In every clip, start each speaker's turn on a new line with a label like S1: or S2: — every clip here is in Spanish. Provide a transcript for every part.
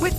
S1: With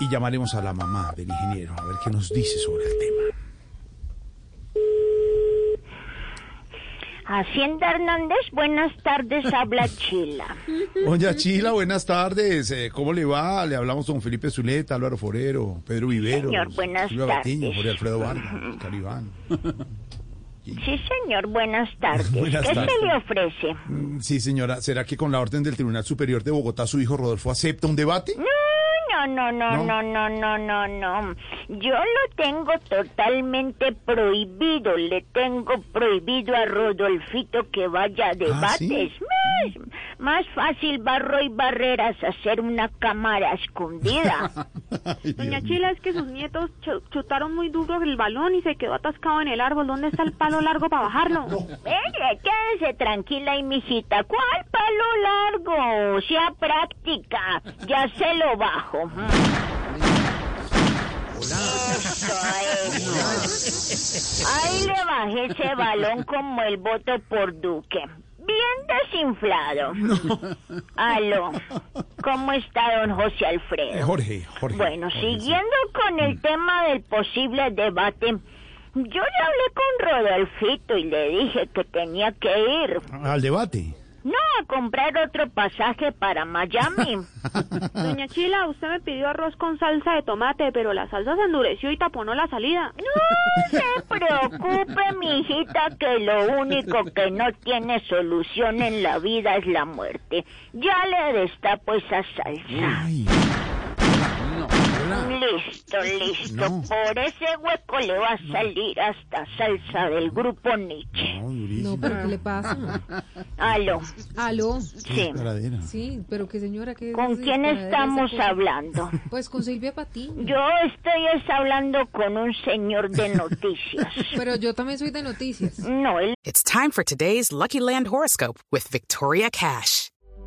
S2: Y llamaremos a la mamá del ingeniero a ver qué nos dice sobre el tema.
S3: Hacienda Hernández, buenas tardes, habla Chila.
S2: Doña Chila, buenas tardes. Eh, ¿Cómo le va? Le hablamos con Felipe Zuleta, Álvaro Forero, Pedro Vivero.
S3: Señor, buenas tardes.
S2: Jorge Alfredo Vargas, Caribán.
S3: Sí, señor, buenas tardes.
S2: Buenas
S3: ¿Qué
S2: tardes.
S3: se le ofrece?
S2: Sí, señora, ¿será que con la orden del Tribunal Superior de Bogotá su hijo Rodolfo acepta un debate?
S3: No, no, no,
S2: No.
S3: no, no, no, no, no. Yo lo tengo totalmente prohibido. Le tengo prohibido a Rodolfito que vaya
S2: ¿Ah,
S3: a debates. Más, más fácil Barro y Barreras hacer una cámara escondida.
S2: Ay, Dios
S4: Doña
S2: mío.
S4: Chila, es que sus nietos chu- chutaron muy duro el balón y se quedó atascado en el árbol. ¿Dónde está el palo largo para bajarlo?
S3: Mire, quédese tranquila y mijita. ¿Cuál palo largo? Sea práctica. Ya se lo bajo. Eso, eso. Ahí le bajé ese balón como el voto por Duque. Bien desinflado. Aló. ¿Cómo está don José Alfredo?
S2: Eh, Jorge, Jorge.
S3: Bueno,
S2: Jorge, sí. Mm.
S3: siguiendo con el tema del posible debate, yo ya hablé con Rodolfito y le dije que tenía que ir,
S2: Al debate.
S3: no a comprar otro pasaje para Miami.
S4: Doña Chila, usted me pidió arroz con salsa de tomate, pero la salsa se endureció y taponó la salida.
S3: No se preocupe, mijita, que lo único que no tiene solución en la vida es la muerte. Ya le destapo esa salsa.
S2: Ay,
S3: Listo, listo.
S2: No.
S3: Por ese hueco le va a salir hasta salsa del grupo Nietzsche.
S2: no, durísimo.
S5: No, pero ¿qué le pasa?
S3: Aló.
S5: Aló,
S3: Sí.
S2: Paradera.
S5: sí, pero qué señora, que...
S3: ¿Con quién estamos hablando?
S5: Pues con Silvia Patiño.
S3: Yo estoy es hablando con un señor de noticias.
S5: Pero yo también soy de noticias.
S3: No, él
S6: It's time for today's Lucky Land horoscope with Victoria Cash.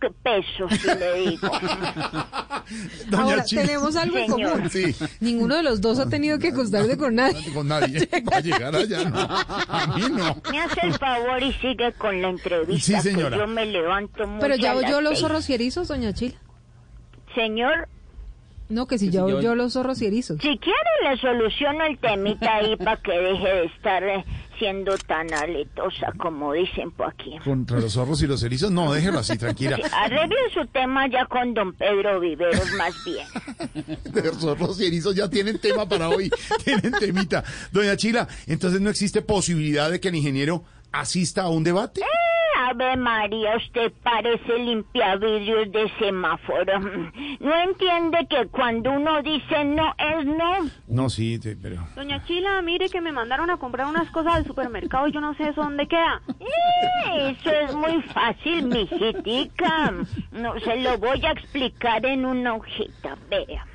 S3: que peso, si le digo.
S2: Doña
S5: Ahora,
S2: Chila.
S5: tenemos algo en
S3: Señor.
S5: común.
S2: Sí.
S5: Ninguno de los dos ha tenido que acostarse con nadie.
S2: Con nadie. Va a llegar allá. No. A mí no.
S3: Me hace el favor y sigue con la entrevista.
S2: Sí,
S3: que
S2: señora.
S3: yo me levanto mucho.
S5: Pero ya
S3: a las
S5: oyó los
S3: seis.
S5: zorros y erizos, doña Chila.
S3: Señor,
S5: No, que si ya oyó los zorros y erizos.
S3: si quiere le soluciono el temita ahí para que deje de estar eh, siendo tan aletosa como dicen por aquí.
S2: Contra los zorros y los erizos. No, déjelo así, tranquila.
S3: Arregle su tema ya con don Pedro Viveros más bien.
S2: De zorros y erizos ya tienen tema para hoy. Tienen temita. Doña Chila, entonces no existe posibilidad de que el ingeniero asista a un debate.
S3: Ah, Ave María, usted parece limpiavidrios de semáforo. No entiende que cuando uno dice no es no.
S2: No, sí, sí, pero.
S4: Doña Chila, mire que me mandaron a comprar unas cosas del supermercado y yo no sé eso dónde queda.
S3: Eh, Eso es muy fácil, mijitica. No se lo voy a explicar en una hojita. Vea.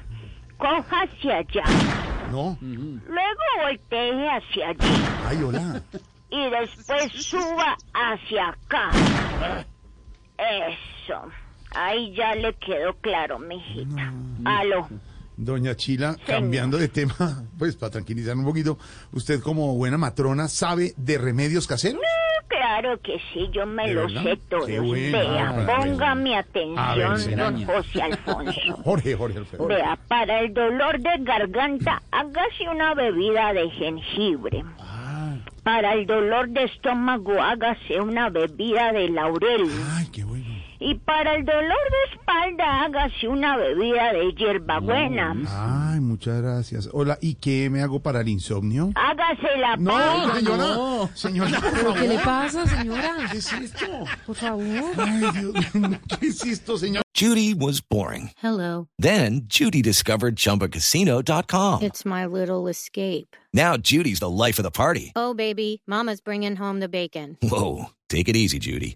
S3: Coja hacia allá.
S2: No.
S3: Luego voltee hacia allí.
S2: Ay, hola.
S3: Y después suba hacia acá. Eso. Ahí ya le quedó claro, mijita. Aló.
S2: Doña Chila, cambiando de tema, pues para tranquilizar un poquito, usted como buena matrona sabe de remedios caseros.
S3: Mm, Claro que sí, yo me
S2: ¿De
S3: lo
S2: verdad?
S3: sé todo.
S2: Qué bueno.
S3: Vea,
S2: Ah, bueno.
S3: póngame
S2: A ver,
S3: atención,
S2: señora.
S3: don José Alfonso.
S2: Jorge, Jorge Alfredo.
S3: Vea, para el dolor de garganta, hágase una bebida de jengibre.
S2: Ah.
S3: Para el dolor de estómago, hágase una bebida de laurel.
S2: Ah. Ay, qué bueno.
S3: Y para el dolor de espalda, hágase una bebida de hierbabuena.
S2: Ay, muchas gracias. Hola, ¿y qué me hago para el insomnio?
S3: Hágase la
S2: No,
S3: paja.
S2: señora. Señora, por favor.
S5: Ah, ¿Qué le pasa, señora?
S2: ¿Qué es esto?
S5: Por favor.
S2: Ay, Dios mío, ¿qué es esto, señor?
S7: Judy was boring.
S8: Hello.
S7: Then Judy discovered ChumbaCasino.com.
S8: It's my little escape.
S7: Now Judy's the life of the party.
S8: Oh, baby, Mama's bringing home the bacon.
S7: Whoa, take it easy, Judy.